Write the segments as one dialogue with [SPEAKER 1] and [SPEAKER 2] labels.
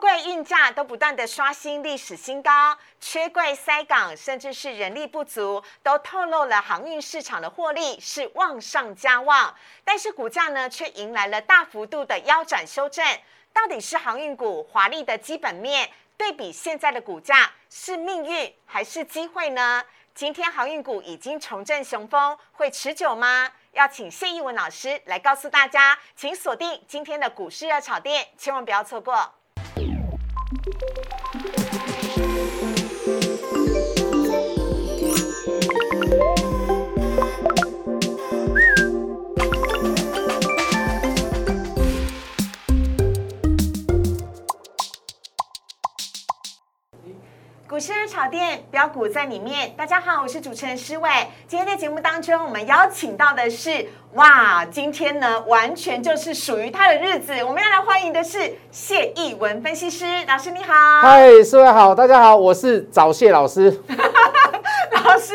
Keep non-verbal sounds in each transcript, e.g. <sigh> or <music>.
[SPEAKER 1] 柜运价都不断的刷新历史新高，缺柜塞港，甚至是人力不足，都透露了航运市场的获利是旺上加旺。但是股价呢，却迎来了大幅度的腰斩修正。到底是航运股华丽的基本面对比现在的股价，是命运还是机会呢？今天航运股已经重振雄风，会持久吗？要请谢一文老师来告诉大家，请锁定今天的股市热炒店，千万不要错过。股市热炒店标股在里面。大家好，我是主持人施伟。今天在节目当中，我们邀请到的是，哇，今天呢完全就是属于他的日子。我们要来欢迎的是谢逸文分析师老师，你好。
[SPEAKER 2] 嗨，四位好，大家好，我是早谢
[SPEAKER 1] <laughs>
[SPEAKER 2] 老师。
[SPEAKER 1] 老师，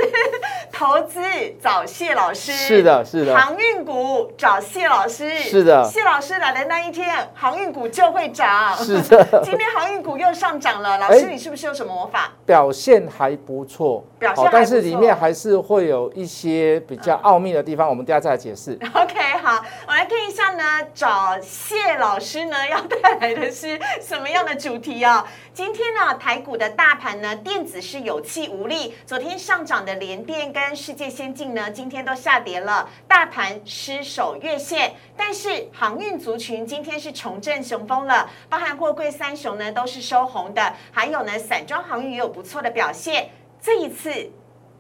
[SPEAKER 1] 投资找谢老师，
[SPEAKER 2] 是的是的
[SPEAKER 1] 航运股找谢老师，
[SPEAKER 2] 是的
[SPEAKER 1] 谢老师来的那一天，航运股就会涨，
[SPEAKER 2] 是的
[SPEAKER 1] <laughs> 今天航运股又上涨了，老师，
[SPEAKER 2] 哎
[SPEAKER 1] 你是不是有什么魔法？
[SPEAKER 2] 表现还不错，
[SPEAKER 1] 表现还不错
[SPEAKER 2] 但是里面还是会有一些比较奥秘的地方，我们等一下再来解释。
[SPEAKER 1] 嗯 <laughs> OK，好，我来看一下呢，找谢老师呢要带来的是什么样的主题啊？ <laughs> 今天呢、台股的大盘呢，电子是有气无力，昨天上涨的联电跟世界先进呢，今天都下跌了，大盘失守月线，但是航运族群今天是重振雄风了，包含货柜三雄呢都是收红的，还有呢，散装航运也有不错的表现，这一次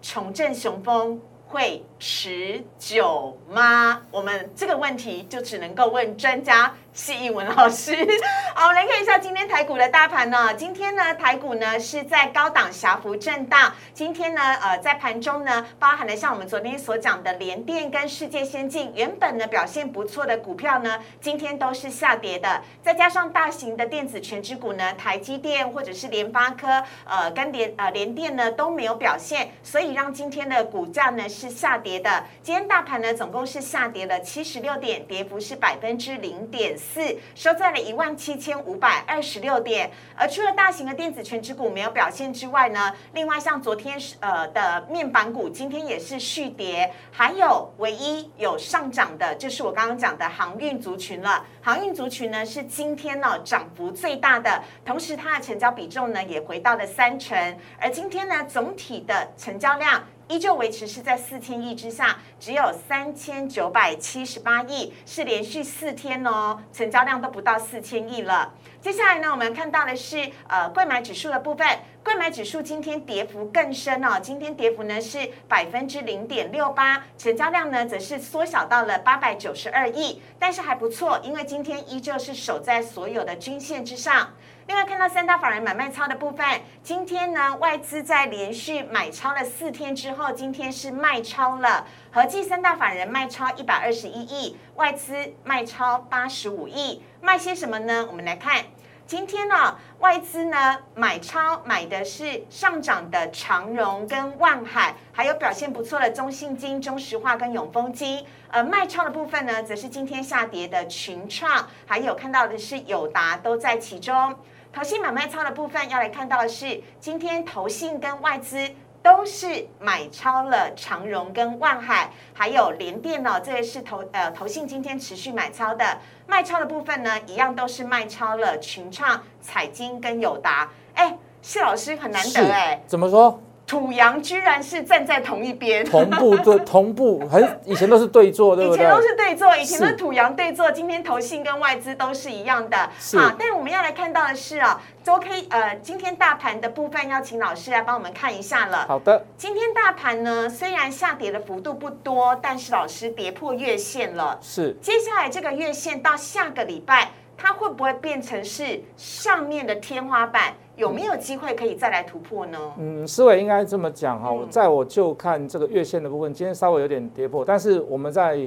[SPEAKER 1] 重振雄风会持久吗？我们这个问题就只能够问专家谢一文老师。 <laughs> 好，我们来看一下今天台股的大盘呢、今天呢，台股呢是在高档狭幅震荡。今天呢，呃，在盘中呢，包含了像我们昨天所讲的联电跟世界先进，原本呢表现不错的股票呢，今天都是下跌的。再加上大型的电子全指股呢，台积电或者是联发科，呃，跟联呃联电呢都没有表现，所以让今天的股价呢是下跌的。今天大盘呢总共是下跌了七十六点，跌幅是百分之零点四，收在了一万七千五百二十六点。而除了大型的电子全指股没有表现之外呢，另外像昨天是呃的面板股今天也是续跌，还有唯一有上涨的就是我刚刚讲的航运族群了。航运族群呢是今天呢、涨幅最大的，同时它的成交比重呢也回到了三成，而今天呢总体的成交量。依旧维持是在四千亿之下，只有三千九百七十八亿，是连续四天哦，成交量都不到四千亿了。接下来呢，我们看到的是呃，贵买指数的部分，贵买指数今天跌幅更深哦，今天跌幅呢是百分之零点六八，成交量呢则是缩小到了八百九十二亿，但是还不错，因为今天依旧是守在所有的均线之上。另外，看到三大法人买卖超的部分，今天呢外资在连续买超了四天之后，今天是卖超了，合计三大法人卖超一百二十一亿，外资卖超八十五亿，卖些什么呢？我们来看。今天呢、外资呢买超买的是上涨的长荣跟万海，还有表现不错的中信金、中石化跟永丰金。呃，卖超的部分呢，则是今天下跌的群创，还有看到的是友达都在其中。投信买卖超的部分要来看到的是，今天投信跟外资都是买超了长荣跟万海，还有联电哦，这个是投呃投信今天持续买超的，卖超的部分呢，一样都是卖超了群创、彩晶跟友达。哎，谢老师很难得哎，
[SPEAKER 2] 怎么说？
[SPEAKER 1] 土洋居然是站在同一边。
[SPEAKER 2] 同步对，同步很以前都是对坐，对
[SPEAKER 1] 以
[SPEAKER 2] 不对
[SPEAKER 1] 前？都是对坐，以前
[SPEAKER 2] 是
[SPEAKER 1] 的土洋对坐，今天投信跟外资都是一样的。
[SPEAKER 2] 是
[SPEAKER 1] 好，但我们要来看到的是啊，周 K 呃，今天大盘的部分要请老师来帮我们看一下了。
[SPEAKER 2] 好的，
[SPEAKER 1] 今天大盘呢，虽然下跌的幅度不多，但是老师跌破月线了。
[SPEAKER 2] 是
[SPEAKER 1] 接下来这个月线到下个礼拜，它会不会变成是上面的天花板？有没有机会可以再来突破呢？
[SPEAKER 2] 嗯，思维应该这么讲哈、
[SPEAKER 1] 嗯
[SPEAKER 2] 在我就看这个月线的部分，今天稍微有点跌破，但是我们在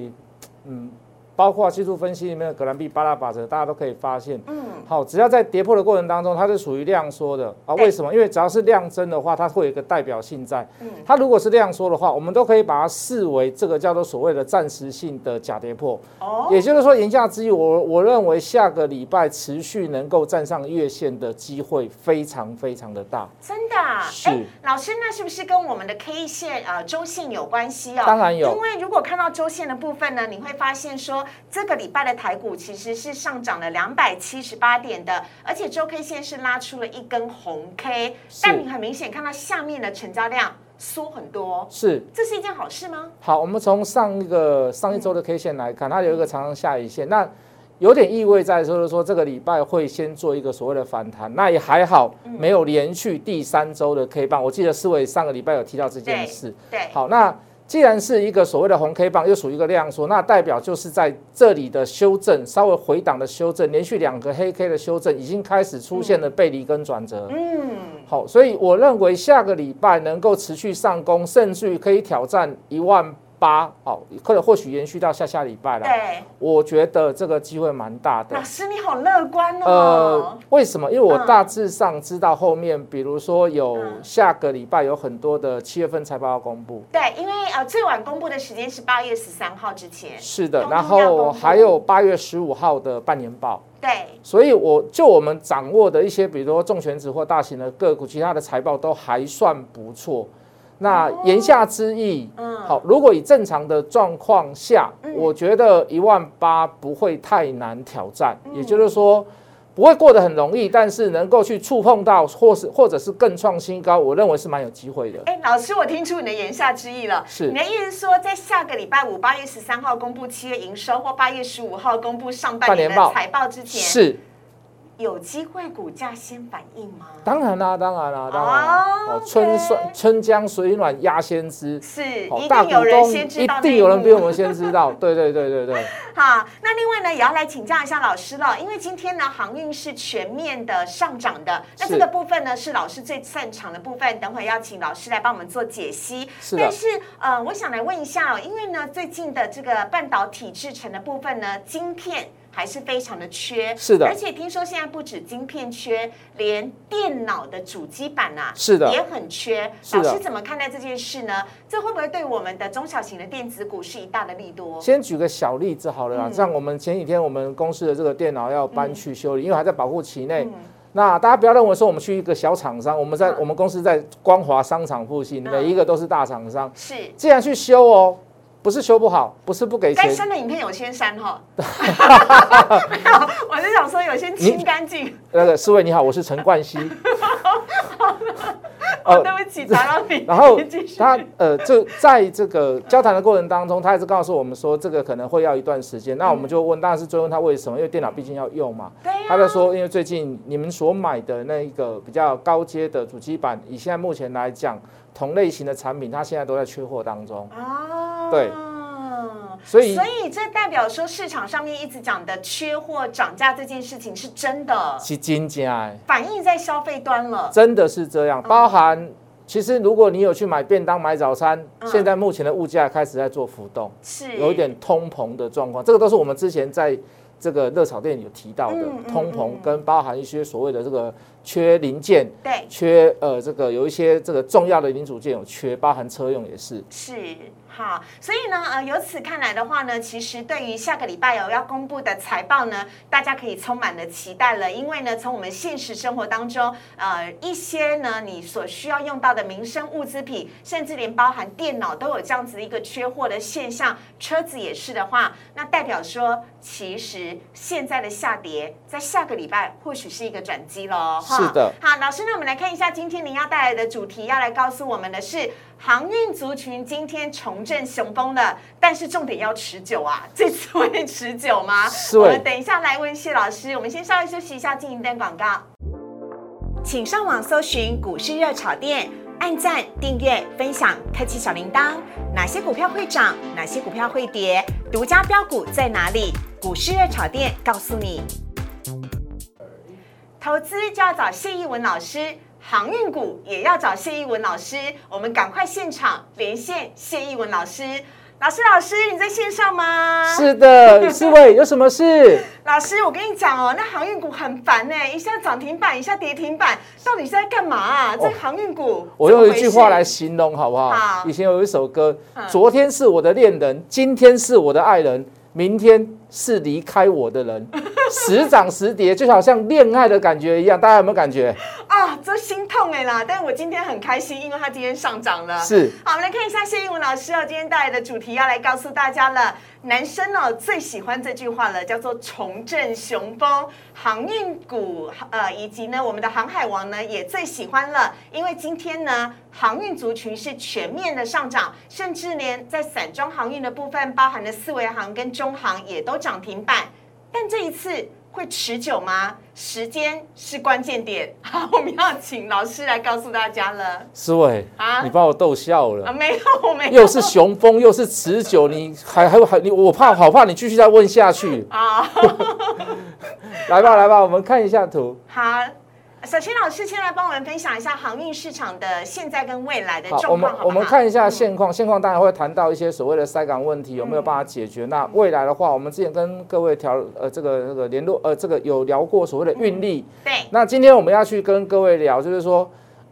[SPEAKER 2] 嗯包括技术分析里面的格兰币八大法则，大家都可以发现，
[SPEAKER 1] 嗯，
[SPEAKER 2] 好，只要在跌破的过程当中，它是属于量缩的啊。
[SPEAKER 1] 对
[SPEAKER 2] 为什么？因为只要是量增的话，它会有一个代表性在
[SPEAKER 1] 嗯。
[SPEAKER 2] 它如果是量缩的话，我们都可以把它视为这个叫做所谓的暂时性的假跌破。
[SPEAKER 1] 哦，
[SPEAKER 2] 也就是说，言下之意，我我认为下个礼拜持续能够站上月线的机会非常非常的大。
[SPEAKER 1] 真的、啊？
[SPEAKER 2] 是
[SPEAKER 1] 哎老师，那是不是跟我们的 K 线啊、呃周线有关系哦？
[SPEAKER 2] 当然有
[SPEAKER 1] 因为如果看到周线的部分呢，你会发现说，这个礼拜的台股其实是上涨了两百七十八点的，而且周 K 线是拉出了一根红 K，
[SPEAKER 2] 是
[SPEAKER 1] 但你很明显看到下面的成交量缩很多，哦
[SPEAKER 2] 是，
[SPEAKER 1] 这是一件好事吗？
[SPEAKER 2] 好，我们从上一个上一周的 K 线来看，它有一个长长下影线，那有点意味在说说这个礼拜会先做一个所谓的反弹，那也还好，没有连续第三周的 K 棒。我记得四位上个礼拜有提到这件事。
[SPEAKER 1] 对，
[SPEAKER 2] 好，那既然是一个所谓的红 K 棒，又属于一个量缩，那代表就是在这里的修正，稍微回档的修正，连续两个黑 K 的修正，已经开始出现了背离跟转折。
[SPEAKER 1] 嗯，
[SPEAKER 2] 好，所以我认为下个礼拜能够持续上攻，甚至于可以挑战一万八，哦，或者或许延续到下下礼拜了。
[SPEAKER 1] 对，啊
[SPEAKER 2] 我觉得这个机会蛮大的
[SPEAKER 1] 老。师你好乐观
[SPEAKER 2] 呃
[SPEAKER 1] 哦，，
[SPEAKER 2] 为什么？因为我
[SPEAKER 1] 嗯
[SPEAKER 2] 大致上知道后面，比如说有
[SPEAKER 1] 嗯
[SPEAKER 2] 下个礼拜有很多的七月份财报要公布，
[SPEAKER 1] 对，因为呃最晚公布的时间是八月十三号之前，
[SPEAKER 2] 是的
[SPEAKER 1] 通，通
[SPEAKER 2] 然
[SPEAKER 1] 要公布
[SPEAKER 2] 后还有八月十五号的半年报。
[SPEAKER 1] 对，
[SPEAKER 2] 所以我就我们掌握的一些，比如说重权值或大型的个股，其他的财报都还算不错。那言下之意，
[SPEAKER 1] 哦嗯
[SPEAKER 2] 好，如果以正常的状况下
[SPEAKER 1] 嗯，
[SPEAKER 2] 我觉得一万八不会太难挑战，
[SPEAKER 1] 嗯
[SPEAKER 2] 也就是说。不会过得很容易，但是能够去触碰到，或是或者是更创新高，我认为是蛮有机会的。
[SPEAKER 1] 哎，老师，我听出你的言下之意了。
[SPEAKER 2] 是
[SPEAKER 1] 你的意思是说，在下个礼拜五，八月十三号公布七月营收，或八月十五号公布上半年
[SPEAKER 2] 半年
[SPEAKER 1] 的
[SPEAKER 2] 报
[SPEAKER 1] 财报之前，
[SPEAKER 2] 是，
[SPEAKER 1] 有机会股价先反应吗？
[SPEAKER 2] 当然啦、当然啦、当然啦、
[SPEAKER 1] 哦
[SPEAKER 2] 哦，春
[SPEAKER 1] OK
[SPEAKER 2] 酸春江水暖鸭先知，
[SPEAKER 1] 是，
[SPEAKER 2] 好，
[SPEAKER 1] 一
[SPEAKER 2] 大
[SPEAKER 1] 定
[SPEAKER 2] 股
[SPEAKER 1] 有人
[SPEAKER 2] 东
[SPEAKER 1] 先知
[SPEAKER 2] 一
[SPEAKER 1] 道那
[SPEAKER 2] 定
[SPEAKER 1] 一
[SPEAKER 2] 有人比我
[SPEAKER 1] 幕
[SPEAKER 2] 们先知道，对对对对对，
[SPEAKER 1] 好，那另外呢，也要来请教一下老师了，因为今天呢，航运是全面的上涨的，那
[SPEAKER 2] 是
[SPEAKER 1] 这个部分呢是老师最擅长的部分，等会要请老师来帮我们做解析。
[SPEAKER 2] 是的
[SPEAKER 1] 但是呃，我想来问一下哦，因为呢，最近的这个半导体制成的部分呢，晶片。还是非常的缺，
[SPEAKER 2] 是的
[SPEAKER 1] 而且听说现在不止晶片缺，连电脑的主机板啊，
[SPEAKER 2] 是的
[SPEAKER 1] 也很缺。
[SPEAKER 2] 是
[SPEAKER 1] 老
[SPEAKER 2] 的
[SPEAKER 1] 师怎么看待这件事呢？这会不会对我们的中小型的电子股是一大的利多？
[SPEAKER 2] 先举个小例子好了
[SPEAKER 1] 嗯
[SPEAKER 2] 啦，像我们前几天我们公司的这个电脑要搬去修理，因为还在保护期内。那大家不要认为说我们去一个小厂商，我们在
[SPEAKER 1] 嗯
[SPEAKER 2] 我们公司在光华商场附近，
[SPEAKER 1] 嗯
[SPEAKER 2] 每一个都是大厂商。
[SPEAKER 1] 是，
[SPEAKER 2] 既然去修哦，不是修不好，不是不给
[SPEAKER 1] 该
[SPEAKER 2] 钱，
[SPEAKER 1] 删的影片有先删
[SPEAKER 2] <laughs>
[SPEAKER 1] 哈， <laughs> 没有，我是想说有先清干净。
[SPEAKER 2] 那个四位你好，我是陈
[SPEAKER 1] <laughs>
[SPEAKER 2] 冠希。
[SPEAKER 1] 哦，对不起，打扰你。
[SPEAKER 2] 然
[SPEAKER 1] <laughs>
[SPEAKER 2] 后
[SPEAKER 1] 你继续
[SPEAKER 2] 他呃，就在这个交谈的过程当中，他还是告诉我们说，这个可能会要一段时间。那我们就问，当然是追问他为什么，因为电脑毕竟要用嘛。
[SPEAKER 1] 嗯对呀
[SPEAKER 2] 他就说，因为最近你们所买的那一个比较高阶的主机板，以现在目前来讲，同类型的产品，它现在都在缺货当中。
[SPEAKER 1] 啊
[SPEAKER 2] 对。
[SPEAKER 1] 所
[SPEAKER 2] 所
[SPEAKER 1] 以，
[SPEAKER 2] 以
[SPEAKER 1] 所以这代表说市场上面一直讲的缺货涨价这件事情是真的，
[SPEAKER 2] 是真正的
[SPEAKER 1] 反映在消费端了。
[SPEAKER 2] 真的是这
[SPEAKER 1] 哦
[SPEAKER 2] 样，包含。其实，如果你有去买便当、买早餐，
[SPEAKER 1] 嗯
[SPEAKER 2] 现在目前的物价开始在做浮动，
[SPEAKER 1] 是
[SPEAKER 2] 有一点通膨的状况，这个都是我们之前在这个热炒店有提到的
[SPEAKER 1] 嗯嗯
[SPEAKER 2] 通膨
[SPEAKER 1] 嗯，
[SPEAKER 2] 跟包含一些所谓的这个缺零件、
[SPEAKER 1] 对，
[SPEAKER 2] 缺呃这个有一些这个重要的零组件有缺，包含车用也是。
[SPEAKER 1] 是好，所以呢，呃，由此看来的话呢，其实对于下个礼拜有要公布的财报呢，大家可以充满了期待了，因为呢，从我们现实生活当中，呃，一些呢你所需要用到的民生物资品，甚至连包含电脑都有这样子一个缺货的现象，车子也是的话，那代表说，其实现在的下跌，在下个礼拜或许是一个转机喽。哈
[SPEAKER 2] 是的
[SPEAKER 1] 好，老师，那我们来看一下今天您要带来的主题，要来告诉我们的是航运族群今天重振雄风了，但是重点要持久啊， <laughs> 这次会持久吗？
[SPEAKER 2] 是
[SPEAKER 1] 我们等一下来问谢老师，我们先稍微休息一下，进一段广告。请上网搜寻股市热炒店，按赞、订阅、分享，开启小铃铛。哪些股票会涨？哪些股票会跌？独家标股在哪里？股市热炒店告诉你。投资就要找谢逸文老师，航运股也要找谢逸文老师。我们赶快现场连线谢逸文老师。老师，老师，你在线上吗？<laughs>
[SPEAKER 2] 是的，思伟，有什么事？
[SPEAKER 1] 老师，我跟你讲哦，那航运股很烦呢、一下涨停板，一下跌停板，到底是在干嘛、啊？这航运股，
[SPEAKER 2] 哦我用一句话来形容好不好？
[SPEAKER 1] 好
[SPEAKER 2] 以前有一首歌
[SPEAKER 1] 嗯，
[SPEAKER 2] 昨天是我的恋人，今天是我的爱人，明天是离开我
[SPEAKER 1] <laughs>
[SPEAKER 2] 的人，时涨时跌，就好像恋爱的感觉一样。大家有没有感觉？
[SPEAKER 1] 啊，这心痛哎啦！但我今天很开心，因为它今天上涨了。
[SPEAKER 2] 是
[SPEAKER 1] 好，我们来看一下谢英文老师哦，今天带来的主题要来告诉大家了。男生哦最喜欢这句话了，叫做“重振雄风”。航运股呃，以及呢我们的航海王呢也最喜欢了，因为今天呢航运族群是全面的上涨，甚至连在散装航运的部分，包含了四维航跟中航也都涨停板。但这一次会持久吗？时间是关键点。好，我们要请老师来告诉大家了。
[SPEAKER 2] 思伟
[SPEAKER 1] 啊，
[SPEAKER 2] 你把我逗笑了
[SPEAKER 1] 啊，。没有，我没有
[SPEAKER 2] 又是雄风，又是持久，你还还还你，我怕好怕你继续再问下
[SPEAKER 1] <laughs>
[SPEAKER 2] 去。
[SPEAKER 1] 啊。
[SPEAKER 2] 来吧来吧，我们看一下图。
[SPEAKER 1] 好，小青老师先来帮我们分享一下航运市场的现在跟未来的哎状
[SPEAKER 2] 我
[SPEAKER 1] 况，
[SPEAKER 2] 们
[SPEAKER 1] 好不好
[SPEAKER 2] 我们看一下现况，现况当然会谈到一些所谓的塞港问题有没有办法解
[SPEAKER 1] 嗯
[SPEAKER 2] 决。那未来的话，我们之前跟各位调呃这个这个联络呃这个有聊过所谓的运力。
[SPEAKER 1] 对，
[SPEAKER 2] 那今天我们要去跟各位聊，就是说，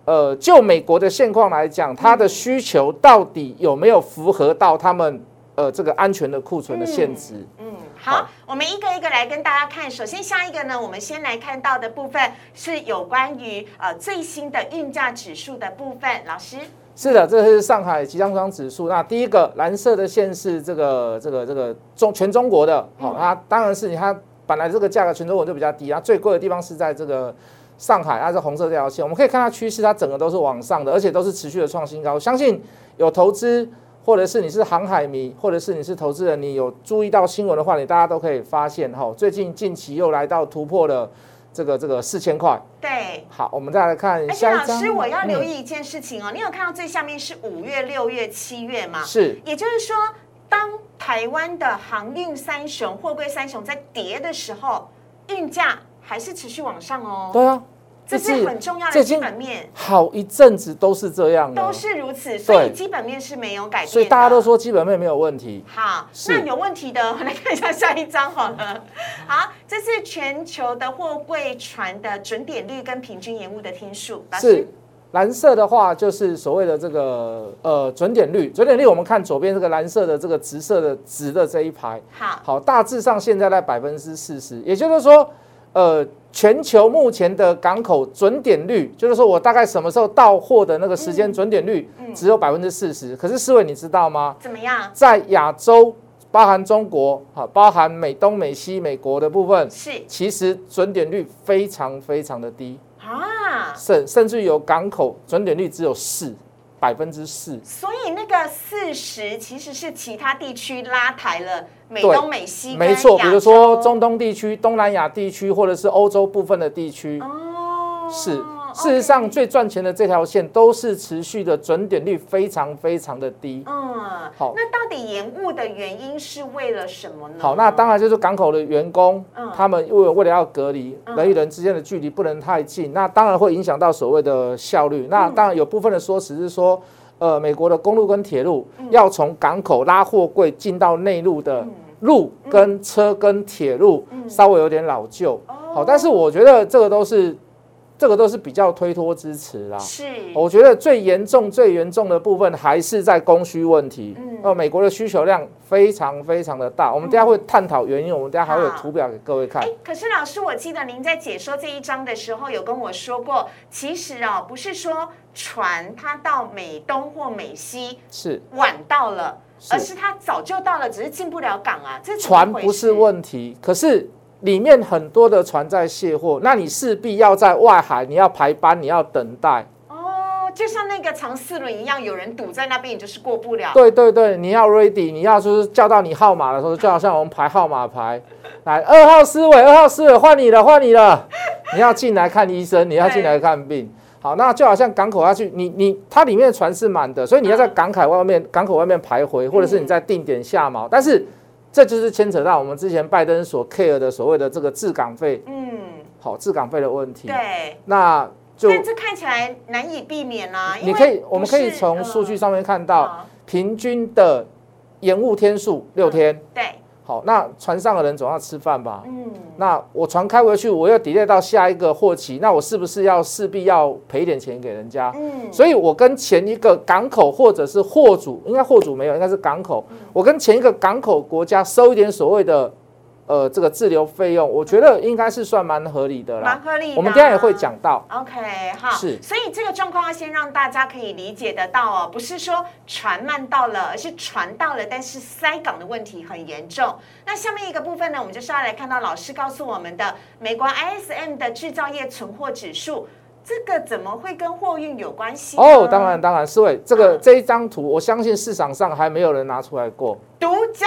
[SPEAKER 2] 呃，就美国的现况来讲，它的需求到底有没有符合到他们呃这个安全的库存的限值？
[SPEAKER 1] 嗯，好，我们一个一个来跟大家看。首先下一个呢，我们先来看到的部分是有关于呃最新的运价指数的部分，老师，
[SPEAKER 2] 是的，这是上海集装箱指数。那第一个蓝色的线是这个这个这个中全中国的，好、
[SPEAKER 1] 嗯
[SPEAKER 2] 它当然是你它本来这个价格全中国就比较低，它最贵的地方是在这个上海，它是红色这条线，我们可以看它趋势，它整个都是往上的，而且都是持续的创新高。相信有投资或者是你是航海迷，或者是你是投资人，你有注意到新闻的话，你大家都可以发现哈、最近近期又来到突破了这个这个四千块。
[SPEAKER 1] 对。
[SPEAKER 2] 好，我们再来看
[SPEAKER 1] 而且
[SPEAKER 2] 下一
[SPEAKER 1] 哎老
[SPEAKER 2] 张。
[SPEAKER 1] 师，我要留
[SPEAKER 2] 嗯、
[SPEAKER 1] 意一件事情哦，你有看到最下面是五月、六月、七月吗？
[SPEAKER 2] 嗯是。
[SPEAKER 1] 也就是说，当台湾的航运三雄、货柜三雄在跌的时候，运价还是持续往上哦，
[SPEAKER 2] 对啊，
[SPEAKER 1] 这
[SPEAKER 2] 一直
[SPEAKER 1] 是很重要
[SPEAKER 2] 这
[SPEAKER 1] 的
[SPEAKER 2] 已
[SPEAKER 1] 基
[SPEAKER 2] 经
[SPEAKER 1] 本面，
[SPEAKER 2] 好一阵子都是这样
[SPEAKER 1] 都
[SPEAKER 2] 了，
[SPEAKER 1] 是如此，所以
[SPEAKER 2] 对
[SPEAKER 1] 基本面是没有改变的。
[SPEAKER 2] 所以大家都说基本面没有问题。
[SPEAKER 1] 好，
[SPEAKER 2] 是
[SPEAKER 1] 那有问题的， <laughs> 我们来看一下下一张好了。好，这是全球的货柜船的准点率跟平均延误的天数，老
[SPEAKER 2] 是
[SPEAKER 1] 师
[SPEAKER 2] 蓝色的话就是所谓的这个呃准点率，准点率我们看左边这个蓝色的这个直色的直的这一排，
[SPEAKER 1] 好，
[SPEAKER 2] 好，大致上现在在百分之四十，也就是说，呃，全球目前的港口准点率，就是说我大概什么时候到货的那个
[SPEAKER 1] 嗯
[SPEAKER 2] 时间准点率只有百分之四十。可是思伟，你知道吗？
[SPEAKER 1] 怎么样？
[SPEAKER 2] 在亚洲，包含中国，好，包含美东、美西、美国的部分，
[SPEAKER 1] 是
[SPEAKER 2] 其实准点率非常非常的低，
[SPEAKER 1] 啊，
[SPEAKER 2] 甚甚至有港口准点率只有四百分之四。
[SPEAKER 1] 所以那个四十其实是其他地区拉抬了美
[SPEAKER 2] 对
[SPEAKER 1] 东、美西，
[SPEAKER 2] 没错，比如说中东地区、东南亚地区，或者是欧洲部分的地区，
[SPEAKER 1] 哦，
[SPEAKER 2] 是
[SPEAKER 1] OK
[SPEAKER 2] 事实上最赚钱的这条线都是持续的准点率非常非常的低。
[SPEAKER 1] 嗯，
[SPEAKER 2] 好
[SPEAKER 1] 那到底延误的原因是为了什么呢？
[SPEAKER 2] 好，那当然就是港口的员工
[SPEAKER 1] 嗯，
[SPEAKER 2] 他们为为了要隔离，
[SPEAKER 1] 嗯
[SPEAKER 2] 人与人之间的距离不能太近，那当然会影响到所谓的效
[SPEAKER 1] 嗯
[SPEAKER 2] 率。那当然有部分的说辞是说，呃，美国的公路跟铁路
[SPEAKER 1] 嗯
[SPEAKER 2] 要从港口拉货柜进到内陆的路跟车跟铁路
[SPEAKER 1] 嗯
[SPEAKER 2] 稍微有点老旧。好，
[SPEAKER 1] 哦
[SPEAKER 2] 但是我觉得这个都是这个都是比较推脱支持啦。
[SPEAKER 1] 是
[SPEAKER 2] 我觉得最严重、最严重的部分还是在供需问题。呃，美国的需求量非常非常的大，我们等一下会探讨原因，我们等一下还会有图表给各位看
[SPEAKER 1] 哎。，可是老师，我记得您在解说这一章的时候有跟我说过，其实哦，不是说船它到美东或美西
[SPEAKER 2] 是
[SPEAKER 1] 晚到了，
[SPEAKER 2] 是
[SPEAKER 1] 而是它早就到了，只是进不了港啊。这怎么
[SPEAKER 2] 船
[SPEAKER 1] 回
[SPEAKER 2] 不是
[SPEAKER 1] 事
[SPEAKER 2] 问题，可是里面很多的船在卸货，那你势必要在外海，你要排班，你要等待。
[SPEAKER 1] 哦，就像那个长四轮一样，有人堵在那边，你就是过不了。
[SPEAKER 2] 对对对，你要 ready，你要就是叫到你号码的时候，就好像我们排号码牌，来二号思维，二号思维换你了，换你了，你要进来看医生，你要进来看病。好，那就好像港口要去，你你它里面的船是满的，所以你要在港口外面港口外面徘徊，或者是你在定点下锚，但是。这就是牵扯到我们之前拜登所 care 的所谓的这个治港费，
[SPEAKER 1] 嗯，
[SPEAKER 2] 好治港费的问题。
[SPEAKER 1] 对。
[SPEAKER 2] 那就
[SPEAKER 1] 但这看起来难以避免啊。因
[SPEAKER 2] 你
[SPEAKER 1] 为
[SPEAKER 2] 可以，
[SPEAKER 1] 不嗯
[SPEAKER 2] 我们可以
[SPEAKER 1] 是
[SPEAKER 2] 从数据，上面看到
[SPEAKER 1] 好，
[SPEAKER 2] 平均的延误天数六天，
[SPEAKER 1] 嗯对，
[SPEAKER 2] 好，那船上的人总要吃饭吧？
[SPEAKER 1] 嗯，
[SPEAKER 2] 那我船开回去，我又 delay 到下一个货期，那我是不是要势必要赔一点钱给人家？
[SPEAKER 1] 嗯，
[SPEAKER 2] 所以我跟前一个港口或者是货主，应该货主没有，应该是港口，
[SPEAKER 1] 嗯
[SPEAKER 2] 我跟前一个港口国家收一点所谓的呃这个滞留费用，我觉得应该是算蛮合理的
[SPEAKER 1] 蛮
[SPEAKER 2] 啦。
[SPEAKER 1] 合理的啊。
[SPEAKER 2] 我们等一下也会讲到。
[SPEAKER 1] OK，好，
[SPEAKER 2] 是
[SPEAKER 1] 所以这个状况要先让大家可以理解得到哦，不是说船慢到了，而是船到了，但是塞港的问题很严重。那下面一个部分呢，我们就是要来看到老师告诉我们的美国 ISM 的制造业存货指数，这个怎么会跟货运有关系？
[SPEAKER 2] 哦，当然，当然，四位，这个
[SPEAKER 1] 嗯
[SPEAKER 2] 这一张图，我相信市场上还没有人拿出来过，
[SPEAKER 1] 独家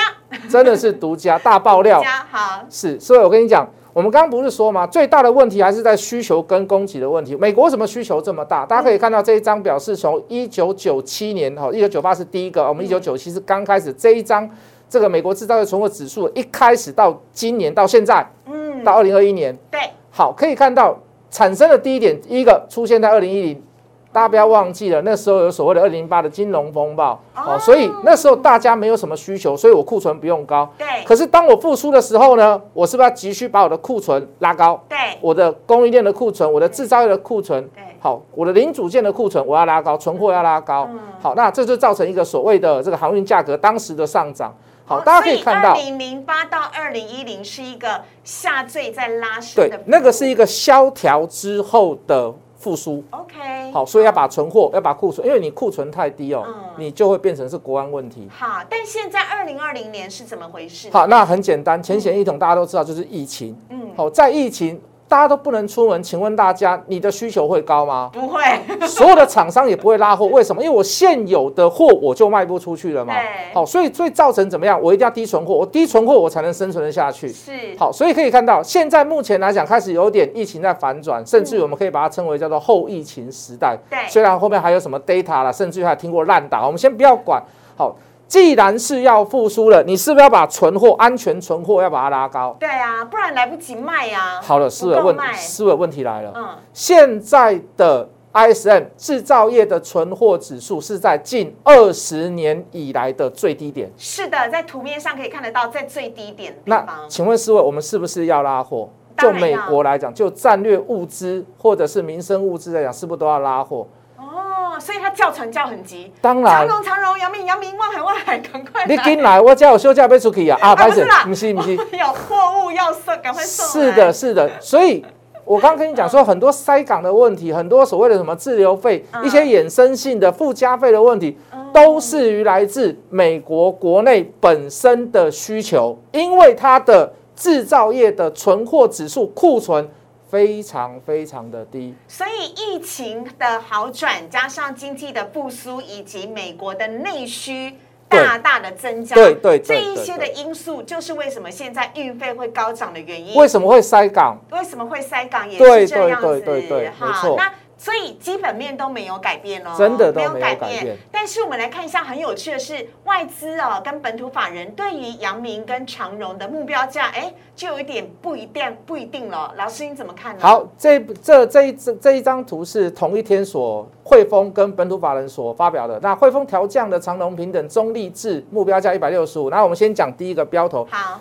[SPEAKER 2] 真的是独家大爆料
[SPEAKER 1] 独。家好，
[SPEAKER 2] 是，所以我跟你讲，我们刚刚不是说吗？最大的问题还是在需求跟供给的问题。美国为什么需求这么大？大家可以看到这一张表是从一九九七年哈，一九九八是第一个，我们一九九七是刚开始这一张。这个美国制造业存货指数一开始到今年到现在
[SPEAKER 1] 嗯，
[SPEAKER 2] 到二零二一年，
[SPEAKER 1] 对，
[SPEAKER 2] 好，可以看到产生的第一点，第一个出现在二零一零，大家不要忘记了，那时候有所谓的二零零八的金融风暴，
[SPEAKER 1] 哦
[SPEAKER 2] 哦，所以那时候大家没有什么需求，所以我库存不用高。
[SPEAKER 1] 对，
[SPEAKER 2] 可是当我复苏的时候呢，我是不是要急需把我的库存拉高？
[SPEAKER 1] 对，
[SPEAKER 2] 我的供应链的库存，我的制造业的库存
[SPEAKER 1] 对，
[SPEAKER 2] 好，我的零组件的库存我要拉高，存货要拉高
[SPEAKER 1] 嗯，
[SPEAKER 2] 好，那这就造成一个所谓的这个航运价格当时的上涨。好，大家可以看到
[SPEAKER 1] 哦二，零零八到二零一零是一个下坠在拉升
[SPEAKER 2] 对
[SPEAKER 1] 的幅度，，
[SPEAKER 2] 那个是一个萧条之后的复苏。
[SPEAKER 1] OK，
[SPEAKER 2] 好，所以要把存货，要把库存，因为你库存太低哦
[SPEAKER 1] 嗯，
[SPEAKER 2] 你就会变成是国安问题。
[SPEAKER 1] 好，但现在二零二零年是怎么回事？，
[SPEAKER 2] 好，那很简单，浅显易懂，大家都知道就是疫情。
[SPEAKER 1] 嗯，？
[SPEAKER 2] 好，在疫情大家都不能出门，请问大家你的需求会高吗
[SPEAKER 1] 不会，
[SPEAKER 2] 所有的厂商也不会拉货，为什么？因为我现有的货我就卖不出去了嘛
[SPEAKER 1] 对。
[SPEAKER 2] 好，所以所以造成怎么样？我一定要低存货，我低存货我才能生存得下去。
[SPEAKER 1] 是，
[SPEAKER 2] 好，所以可以看到，现在目前来讲，开始有点疫情在反转，甚至于我们可以把它称为叫做后疫情时代。
[SPEAKER 1] 对
[SPEAKER 2] 虽然后面还有什么 data 啦，甚至于还听过烂打，我们先不要管。好，既然是要复苏了，你是不是要把存货、安全存货要把它拉高？
[SPEAKER 1] 对啊，不然来不及卖呀、啊。
[SPEAKER 2] 好了，
[SPEAKER 1] 不
[SPEAKER 2] 思维
[SPEAKER 1] 够
[SPEAKER 2] 问
[SPEAKER 1] 卖
[SPEAKER 2] 思维问题来了，
[SPEAKER 1] 嗯，
[SPEAKER 2] 现在的 ISM 制造业的存货指数是在近二十年以来的最低点。
[SPEAKER 1] 是的，在图面上可以看得到，在最低点的地
[SPEAKER 2] 那
[SPEAKER 1] 方，
[SPEAKER 2] 请问四位，我们是不是要拉货？
[SPEAKER 1] 当
[SPEAKER 2] 就
[SPEAKER 1] 然
[SPEAKER 2] 美
[SPEAKER 1] 要
[SPEAKER 2] 国来讲，就战略物资或者是民生物资来讲，是不是都要拉货？
[SPEAKER 1] 哦，所以它叫船叫很急，
[SPEAKER 2] 当
[SPEAKER 1] 长
[SPEAKER 2] 然，
[SPEAKER 1] 荣长荣，阳明阳明，望海望海，赶快
[SPEAKER 2] 你
[SPEAKER 1] 来，
[SPEAKER 2] 进来，我叫我休假被出去啊！啊，
[SPEAKER 1] 不
[SPEAKER 2] 拍
[SPEAKER 1] 是
[SPEAKER 2] 手
[SPEAKER 1] 啦，
[SPEAKER 2] 不是不是，
[SPEAKER 1] <laughs> 有货物要送，赶快送。
[SPEAKER 2] 是的，，是的。所以我刚跟你讲说，很多塞港的问题，很多所谓的什么滞留费，一些衍生性的附加费的问题，都是于来自美国国内本身的需求，因为它的制造业的存货指数库存非常非常的低。
[SPEAKER 1] 所以疫情的好转，加上经济的复苏，以及美国的内需
[SPEAKER 2] 对
[SPEAKER 1] 大大的增加，
[SPEAKER 2] 对对对
[SPEAKER 1] 这
[SPEAKER 2] 对
[SPEAKER 1] 一些的
[SPEAKER 2] 对
[SPEAKER 1] 因素就是为什么现在运费会高涨的原因。
[SPEAKER 2] 为什么会塞港？
[SPEAKER 1] 为什么会塞港也
[SPEAKER 2] 对
[SPEAKER 1] 是这样子，
[SPEAKER 2] 对对对对
[SPEAKER 1] 哈
[SPEAKER 2] 没错
[SPEAKER 1] 那所以基本面都没有改变哦，
[SPEAKER 2] 真的都
[SPEAKER 1] 没有
[SPEAKER 2] 没有
[SPEAKER 1] 改
[SPEAKER 2] 改变
[SPEAKER 1] 但是我们来看一下，很有趣的是，外资哦跟本土法人对于阳明跟长荣的目标价，哎，就有一点不一定不一定了。老师你怎么看呢？，
[SPEAKER 2] 好，这这这一这这一张图是同一天所汇丰跟本土法人所发表的。那汇丰调降的长隆平等中立制目标价一百六十五。那我们先讲第一个标头，
[SPEAKER 1] 好，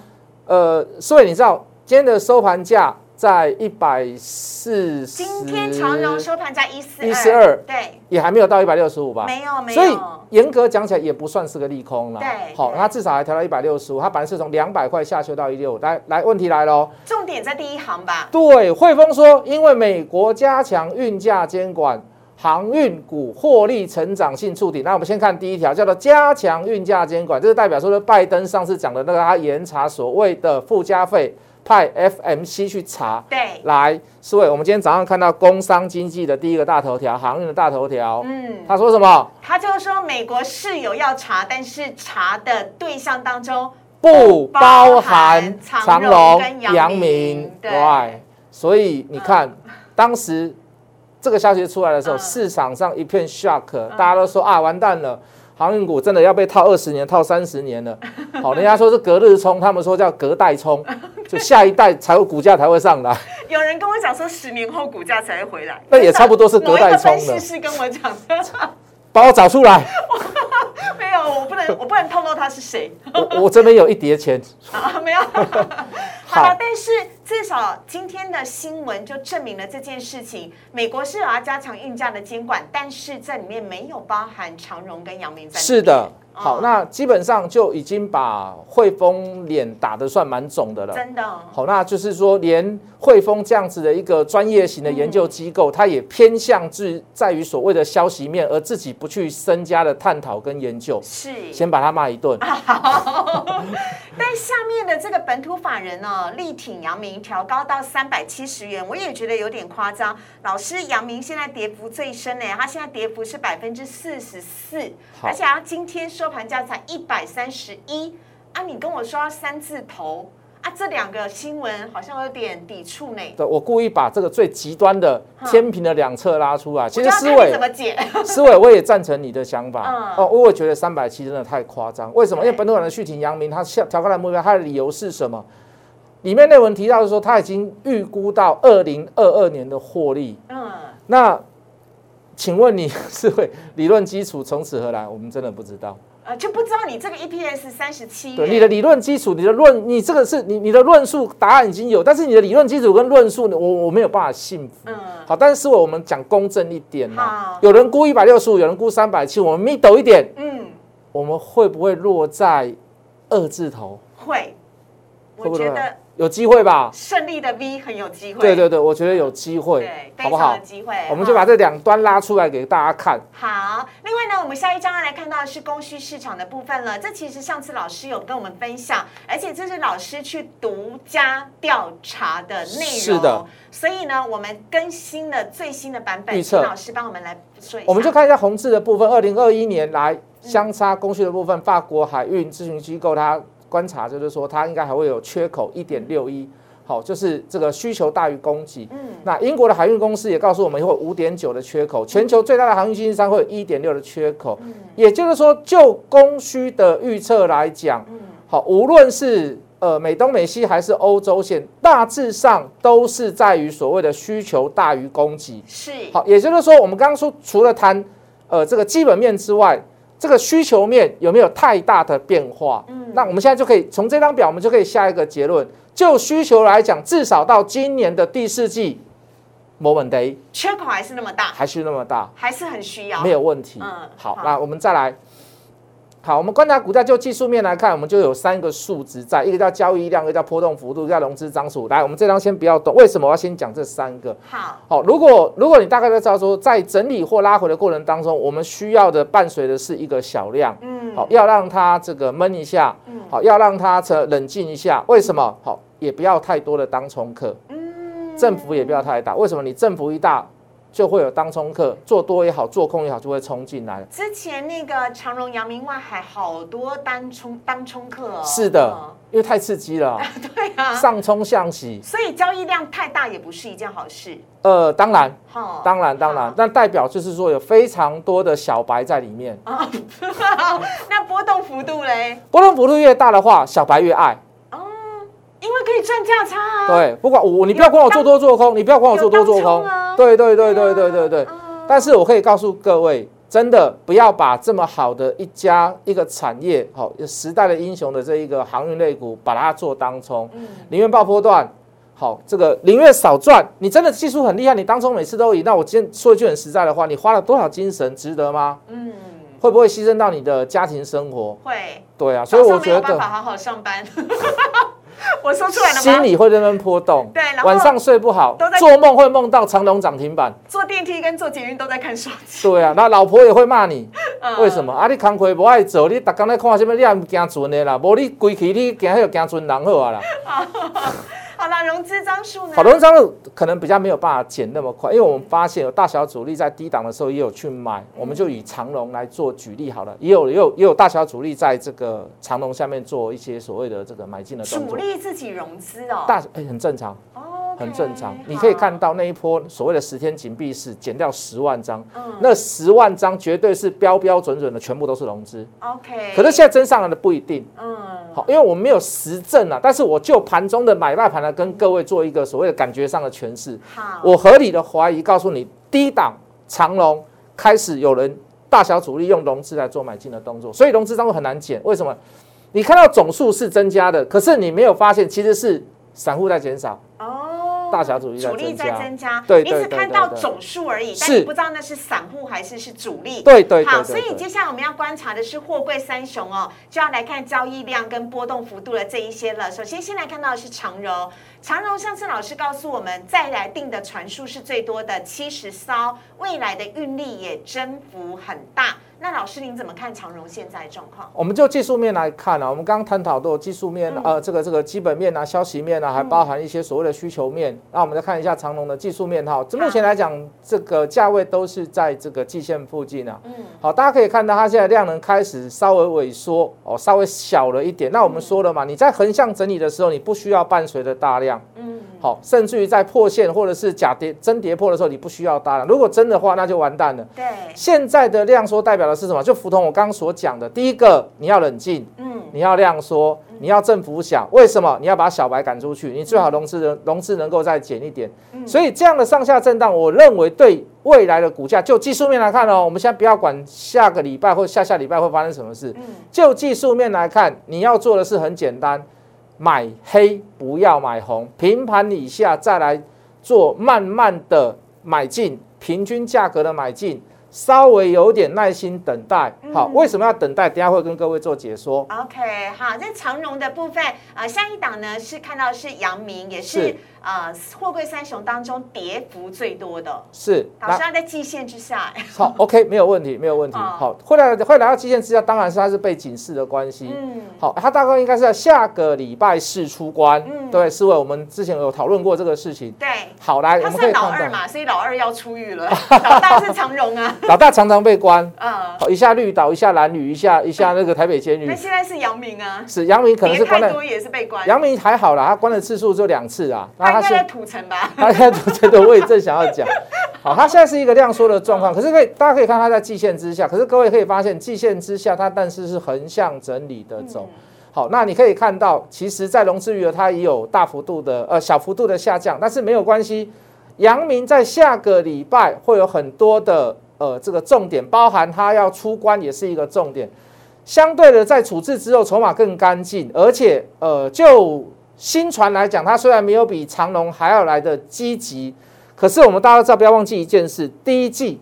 [SPEAKER 2] 呃，所以你知道今天的收盘价在一百四十，
[SPEAKER 1] 今天长荣收盘价一四
[SPEAKER 2] 142
[SPEAKER 1] 对，
[SPEAKER 2] 也还没有到一百六十五吧？
[SPEAKER 1] 没有没有
[SPEAKER 2] 所以严格讲起来也不算是个利空啦。
[SPEAKER 1] 对
[SPEAKER 2] 好，
[SPEAKER 1] 对
[SPEAKER 2] 它至少还调到一百六十五，它本来是从两百块下修到一六五。来来，问题来喽。
[SPEAKER 1] 重点在第一行吧。
[SPEAKER 2] 对，汇丰说，因为美国加强运价监管，航运股获利成长性触底。那我们先看第一条，叫做加强运价监管，这是代表说的拜登上次讲的那个他严查所谓的附加费，派 FMC 去查。
[SPEAKER 1] 对，
[SPEAKER 2] 来，四位，我们今天早上看到工商经济的第一个大头条，航运的大头条，
[SPEAKER 1] 嗯，
[SPEAKER 2] 他说什么？
[SPEAKER 1] 他就说美国是有要查，但是查的对象当中
[SPEAKER 2] 不包含
[SPEAKER 1] 长
[SPEAKER 2] 长
[SPEAKER 1] 荣
[SPEAKER 2] 荣
[SPEAKER 1] 跟、阳
[SPEAKER 2] 阳
[SPEAKER 1] 明
[SPEAKER 2] 明
[SPEAKER 1] 对
[SPEAKER 2] 对，所以你看，当时这个消息出来的时候，
[SPEAKER 1] 嗯
[SPEAKER 2] 市场上一片 shock，大家都说啊，完蛋了。航运股真的要被套二十年、套三十年了。好，人家说是隔日冲，他们说叫隔代冲，就下一代才会股价才会上来。
[SPEAKER 1] 有人跟我讲说，十年后股价才会回来，
[SPEAKER 2] 那也差不多是
[SPEAKER 1] 某
[SPEAKER 2] 隔
[SPEAKER 1] 一个
[SPEAKER 2] 代冲
[SPEAKER 1] 分析
[SPEAKER 2] 的，
[SPEAKER 1] 师跟我讲的， <laughs>
[SPEAKER 2] 把我找出来。
[SPEAKER 1] 没有，我不能我不能透露他是谁 <laughs>
[SPEAKER 2] 我我这边有一叠钱，
[SPEAKER 1] 啊，
[SPEAKER 2] <laughs>
[SPEAKER 1] 没有。好了，但是至少今天的新闻就证明了这件事情。美国是有要加强运价的监管，但是这里面没有包含长荣跟阳明在。
[SPEAKER 2] 是的，好，那基本上就已经把汇丰脸打得算蛮肿的了。
[SPEAKER 1] 真的哦，
[SPEAKER 2] 好，那就是说，连汇丰这样子的一个专业型的研究机
[SPEAKER 1] 嗯
[SPEAKER 2] 构，它也偏向至在于所谓的消息面，而自己不去深加的探讨跟研究，
[SPEAKER 1] 是。
[SPEAKER 2] 先把它骂一顿。
[SPEAKER 1] 啊但下面的这个本土法人哦，力挺阳明调高到三百七十元，我也觉得有点夸张。老师，阳明现在跌幅最深呢，它现在跌幅是百分之四十四，
[SPEAKER 2] 好
[SPEAKER 1] 而且它今天收盘价才一百三十一啊！你跟我说要三字头啊，这两个新闻好像有点抵触呢。
[SPEAKER 2] 对，我故意把这个最极端的天平的两侧拉出来。其
[SPEAKER 1] 啊我
[SPEAKER 2] 实
[SPEAKER 1] 就要看
[SPEAKER 2] 思
[SPEAKER 1] 你
[SPEAKER 2] 维
[SPEAKER 1] 怎么解？ <laughs>
[SPEAKER 2] 思维我也赞成你的想法。
[SPEAKER 1] 嗯
[SPEAKER 2] 哦，我也觉得三百七真的太夸张。为什么？因为
[SPEAKER 1] 对
[SPEAKER 2] 本土党的续停阳明，它下调高的目标，它的理由是什么？里面内文提到说，他已经预估到二零二二年的获利。
[SPEAKER 1] 嗯，
[SPEAKER 2] 那请问你是会理论基础从此何来？我们真的不知道。
[SPEAKER 1] 呃，就不知道你这个 EPS 三十七
[SPEAKER 2] 对你的理论基础，你的论，你这个是你你的论述答案已经有，但是你的理论基础跟论述，我我没有办法信服。
[SPEAKER 1] 嗯，
[SPEAKER 2] 好，但是我们讲公正一点啦
[SPEAKER 1] 好，
[SPEAKER 2] 有人估一百六十五，有人估三百七，我们密抖一点，
[SPEAKER 1] 嗯，
[SPEAKER 2] 我们会不会落在二字头？
[SPEAKER 1] 会，我
[SPEAKER 2] 会不
[SPEAKER 1] 觉
[SPEAKER 2] 会
[SPEAKER 1] 得
[SPEAKER 2] 有机会吧？
[SPEAKER 1] 胜利的 V 很有机会。
[SPEAKER 2] 对对对，我觉得有机会
[SPEAKER 1] 对，，非
[SPEAKER 2] 好不
[SPEAKER 1] 常
[SPEAKER 2] 好
[SPEAKER 1] 有？机会。
[SPEAKER 2] 我们就
[SPEAKER 1] 哈
[SPEAKER 2] 把这两端拉出来给大家看。
[SPEAKER 1] 好，另外呢，我们下一章要来看到的是供需市场的部分了。这其实上次老师有跟我们分享，而且这是老师去独家调查的内容。
[SPEAKER 2] 是的，
[SPEAKER 1] 所以呢，我们更新了最新的版本，
[SPEAKER 2] 预测
[SPEAKER 1] 请老师帮我们来说一下。
[SPEAKER 2] 我们就看一下红字的部分，二零二一年来相差供需的部分，法国海运咨询机构它观察就是说，它应该还会有缺口一点六一，好，就是这个需求大于供给。
[SPEAKER 1] 嗯
[SPEAKER 2] 那英国的海运公司也告诉我们，会有五点九的缺口，全球最大的航运经纪商会有一点六的缺口。也就是说，就供需的预测来讲，好，无论是呃美东、美西还是欧洲线，大致上都是在于所谓的需求大于供给。
[SPEAKER 1] 是
[SPEAKER 2] 好，也就是说，我们刚刚说，除了谈呃这个基本面之外，这个需求面有没有太大的变化？嗯，那我们现在就可以从这张表，我们就可以下一个结论。就需求来讲，至少到今年的第四季，moment day
[SPEAKER 1] 缺口还是那么大，
[SPEAKER 2] 还是那么大，
[SPEAKER 1] 还是很需要。
[SPEAKER 2] 没有问题。
[SPEAKER 1] 嗯
[SPEAKER 2] 好
[SPEAKER 1] 好，
[SPEAKER 2] 那我们再来。好，我们观察股价，就技术面来看，我们就有三个数值在，一个叫交易量，一个叫波动幅度，一个叫融资张数。来，我们这张先不要动，为什么我要先讲这三个？
[SPEAKER 1] 好，
[SPEAKER 2] 好，如果如果你大概就知道说，在整理或拉回的过程当中，我们需要的伴随的是一个小量，
[SPEAKER 1] 嗯，
[SPEAKER 2] 好，要让它这个闷一下，好，要让它这冷静一下。为什么？好，也不要太多的当冲客，
[SPEAKER 1] 嗯，
[SPEAKER 2] 振幅也不要太大。为什么？你振幅一大，就会有当冲客，做多也好，做空也好，就会冲进来。
[SPEAKER 1] 之前那个长荣、阳明、外海好多单冲单冲客哦。
[SPEAKER 2] 是的
[SPEAKER 1] 嗯，
[SPEAKER 2] 因为太刺激了啊，
[SPEAKER 1] <laughs> 对啊，
[SPEAKER 2] 上冲向洗。
[SPEAKER 1] 所以交易量太大也不是一件好事。
[SPEAKER 2] 呃，当然，
[SPEAKER 1] 哈，
[SPEAKER 2] 当然，当然，但代表就是说有非常多的小白在里面。
[SPEAKER 1] <laughs> 那波动幅度嘞，
[SPEAKER 2] 波动幅度越大的话，小白越爱。
[SPEAKER 1] 因为可以赚价差啊。
[SPEAKER 2] 对，不管我，你不要管我做多做空，你不要管我做多做
[SPEAKER 1] 有当
[SPEAKER 2] 空
[SPEAKER 1] 冲啊。
[SPEAKER 2] 对对对对对对啊对。
[SPEAKER 1] 嗯
[SPEAKER 2] 但是我可以告诉各位，真的不要把这么好的一家一个产业，好时代的英雄的这一个航运类股，把它做当
[SPEAKER 1] 嗯
[SPEAKER 2] 冲，宁愿爆波段。好，这个宁愿少赚，你真的技术很厉害，你当冲每次都赢，那我今天说一句很实在的话，你花了多少精神，值得吗？
[SPEAKER 1] 嗯，
[SPEAKER 2] 会不会牺牲到你的家庭生活？
[SPEAKER 1] 会。
[SPEAKER 2] 对啊，所以
[SPEAKER 1] 早
[SPEAKER 2] 我
[SPEAKER 1] 上没有
[SPEAKER 2] 觉
[SPEAKER 1] 办
[SPEAKER 2] 得
[SPEAKER 1] 法好好上班， <laughs> 我说出来了
[SPEAKER 2] 心
[SPEAKER 1] 吗？
[SPEAKER 2] 里会在那边波动，
[SPEAKER 1] 对然后
[SPEAKER 2] 晚上睡不好
[SPEAKER 1] 都在，
[SPEAKER 2] 做梦会梦到长隆涨停
[SPEAKER 1] <laughs>
[SPEAKER 2] 板，
[SPEAKER 1] 坐电梯跟坐捷运都在看手机，
[SPEAKER 2] 对啊，那老婆也会骂你，
[SPEAKER 1] 嗯
[SPEAKER 2] <laughs> 为什么？啊，你工课不爱做，你逐天在看什么？你也唔惊船的啦，无你规期你惊迄惊船人好啊啦。
[SPEAKER 1] 嗯好了，融资张数呢
[SPEAKER 2] 好，？多人张可能比较没有办法减那么快，因为我们发现有大小主力在低档的时候也有去买，
[SPEAKER 1] 嗯
[SPEAKER 2] 我们就以长隆来做举例好了，也有也有也有大小主力在这个长隆下面做一些所谓的这个买进的动
[SPEAKER 1] 主
[SPEAKER 2] 作，
[SPEAKER 1] 力自己融资哦，
[SPEAKER 2] 大哎很正常。
[SPEAKER 1] 哦，OK，
[SPEAKER 2] 很正常。你
[SPEAKER 1] 好
[SPEAKER 2] 可以看，到那一波所谓的十天紧闭式减掉十万张，
[SPEAKER 1] 嗯
[SPEAKER 2] 那十万张绝对是标标准准的，全部都是融资。
[SPEAKER 1] ，OK，
[SPEAKER 2] 可是现在真上来的不一定，
[SPEAKER 1] 嗯，
[SPEAKER 2] 好，因为我们没有实证啊。但是我就盘中的买卖盘来跟各位做一个所谓的感觉上的诠
[SPEAKER 1] 嗯
[SPEAKER 2] 释。
[SPEAKER 1] 好，
[SPEAKER 2] 我合理的怀疑告诉你，低档长龙开始有人大小主力用融资来做买进的动作，所以融资账户很难减。为什么？你看到总数是增加的，可是你没有发现其实是散户在减少，
[SPEAKER 1] 哦，
[SPEAKER 2] 大小主力在
[SPEAKER 1] 主力
[SPEAKER 2] 增
[SPEAKER 1] 在
[SPEAKER 2] 加
[SPEAKER 1] 增。加，
[SPEAKER 2] 对
[SPEAKER 1] 你
[SPEAKER 2] 对
[SPEAKER 1] 只
[SPEAKER 2] 对
[SPEAKER 1] 看
[SPEAKER 2] 对
[SPEAKER 1] 到
[SPEAKER 2] 对
[SPEAKER 1] 总数而已，但
[SPEAKER 2] 是
[SPEAKER 1] 你不知道那是散户还是是主力。
[SPEAKER 2] 对对对
[SPEAKER 1] 好，
[SPEAKER 2] 对
[SPEAKER 1] 所以
[SPEAKER 2] 对
[SPEAKER 1] 接下来我们要观察的是货柜三雄哦，就要来看交易量跟波动幅度的这一些了。首先，先来看到的是长荣，长荣上次老师告诉我们，再来定的船数是最多的七十艘，未来的运力也增幅很大。那老师您怎么看长荣现在的状况？
[SPEAKER 2] 我们就技术面来看啊，我们刚刚探讨都有技术
[SPEAKER 1] 嗯
[SPEAKER 2] 面，呃，这个这个基本面啊、消息面啊，还包含一些所谓的需求面。那我们再看一下长隆的技术面哈，这目前来讲，这个价位都是在这个季线附近啊。
[SPEAKER 1] 嗯，
[SPEAKER 2] 好，大家可以看到它现在量能开始稍微萎缩哦，稍微小了一点。那我
[SPEAKER 1] 嗯
[SPEAKER 2] 们说了嘛，你在横向整理的时候，你不需要伴随着大量。
[SPEAKER 1] 嗯，
[SPEAKER 2] 好，甚至于在破线或者是假跌真跌破的时候，你不需要大量。如果真的话，那就完蛋了。
[SPEAKER 1] 对，
[SPEAKER 2] 现在的量缩代表的是什么？就符同我刚刚所讲的，第一个你要冷静，
[SPEAKER 1] 嗯，
[SPEAKER 2] 你要量缩，你要振幅小。为什么？你要把小白赶出去，你最好融资能融资能够再减一点。所以这样的上下震荡，我认为对未来的股价，就技术面来看哦，我们先不要管下个礼拜或下下礼拜会发生什么事。
[SPEAKER 1] 嗯
[SPEAKER 2] 就技术面来看，你要做的是很简单，买黑不要买红，平盘以下再来做慢慢的买进，平均价格的买进。稍微有点耐心等待，
[SPEAKER 1] 嗯
[SPEAKER 2] 好，为什么要等待？等一下会跟各位做解说。
[SPEAKER 1] OK，好，在长荣的部分，呃，下一档呢是看到是阳明，也是
[SPEAKER 2] 是
[SPEAKER 1] 呃货柜三雄当中跌幅最多的，
[SPEAKER 2] 是，
[SPEAKER 1] 老师它在季线之下，
[SPEAKER 2] 好，OK，没有问题，没有问题。
[SPEAKER 1] 哦
[SPEAKER 2] 好，会来会来到基线之下，当然是它是被警示的关系。
[SPEAKER 1] 嗯，
[SPEAKER 2] 好，它大概应该是在下个礼拜四出关，
[SPEAKER 1] 嗯
[SPEAKER 2] 对，四位我们之前有讨论过这个事情。
[SPEAKER 1] 对，
[SPEAKER 2] 好，来，哎我
[SPEAKER 1] 他
[SPEAKER 2] 们可
[SPEAKER 1] 算
[SPEAKER 2] 以
[SPEAKER 1] 老二
[SPEAKER 2] 看到，
[SPEAKER 1] 嘛，所以老二要出狱
[SPEAKER 2] <laughs>
[SPEAKER 1] 了，老大是长荣啊，
[SPEAKER 2] 老大常常被关，哦
[SPEAKER 1] 呃，
[SPEAKER 2] 好，一下绿岛，一下蓝屿，一下一下那个台北监
[SPEAKER 1] 那
[SPEAKER 2] 狱，
[SPEAKER 1] 现在是阳明啊，
[SPEAKER 2] 是杨明可能
[SPEAKER 1] 跌
[SPEAKER 2] 是关
[SPEAKER 1] 太
[SPEAKER 2] 了，
[SPEAKER 1] 多也是被关，
[SPEAKER 2] 杨明还好啦，他关的次数就两次啊，
[SPEAKER 1] 他应
[SPEAKER 2] 他
[SPEAKER 1] 该
[SPEAKER 2] 是
[SPEAKER 1] 在土城吧，
[SPEAKER 2] 大家都觉得我也正想要讲，好，它现在是一个量缩的状况，可是可以大家可以看它在季线之下，可是各位可以发现季线之下它但是是横向整理的
[SPEAKER 1] 嗯
[SPEAKER 2] 走。好，那你可以看到，其实，在融资余额它也有大幅度的呃小幅度的下降，但是没有关系。阳明在下个礼拜会有很多的呃这个重点，包含它要出关也是一个重点。相对的，在处置之后，筹码更干净，而且呃，就新船来讲，它虽然没有比长龙还要来的积极，可是我们大家都知道，不要忘记一件事：第一季